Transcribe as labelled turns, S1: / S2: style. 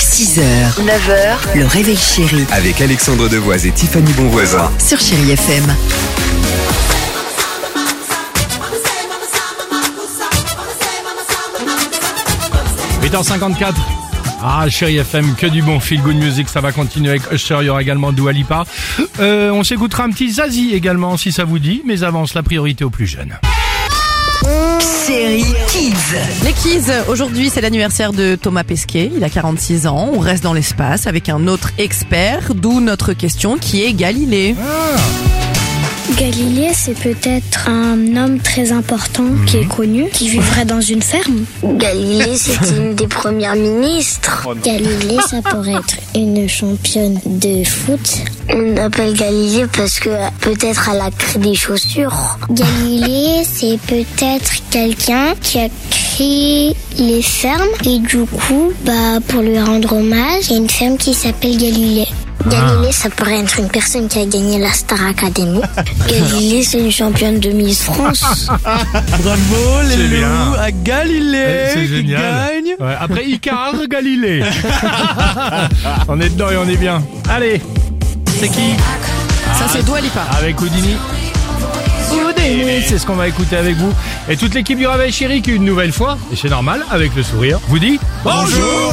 S1: 6h, 9h, le réveil chéri
S2: Avec Alexandre Devoise et Tiffany Bonvoisin.
S1: sur Chéri FM.
S3: Mama say, mama say, mama say, mama say, mama say, mama say.
S4: 8h54. Ah, chérie FM, que du bon feel good music, ça va continuer avec Usher, il y aura également Dua Lipa. Euh, on s'écoutera un petit Zazie également, si ça vous dit, mais avance la priorité aux plus jeunes.
S1: Série Kids.
S5: Les Kids, aujourd'hui c'est l'anniversaire de Thomas Pesquet, il a 46 ans, on reste dans l'espace avec un autre expert, d'où notre question qui est Galilée.
S6: Galilée, c'est peut-être un homme très important qui est connu, qui vivrait dans une ferme. Galilée, c'est une des premières ministres. Galilée, ça pourrait être une championne de foot. On appelle Galilée parce que peut-être elle a créé des chaussures. Galilée, c'est peut-être quelqu'un qui a créé les fermes et du coup, bah, pour lui rendre hommage, il y a une ferme qui s'appelle Galilée. Galilée, ça pourrait être une personne qui a gagné la Star Academy. Galilée, c'est une championne de Miss France.
S4: Bravo les loups
S7: à Galilée
S4: Euh, C'est génial. Ouais, après Icar, Galilée. on est dedans et on est bien. Allez, c'est qui
S5: Ça c'est Dua Lipa.
S4: Avec Houdini. Houdini, c'est ce qu'on va écouter avec vous. Et toute l'équipe du Réveil Chéri qui, une nouvelle fois, et c'est normal, avec le sourire, vous dit Bonjour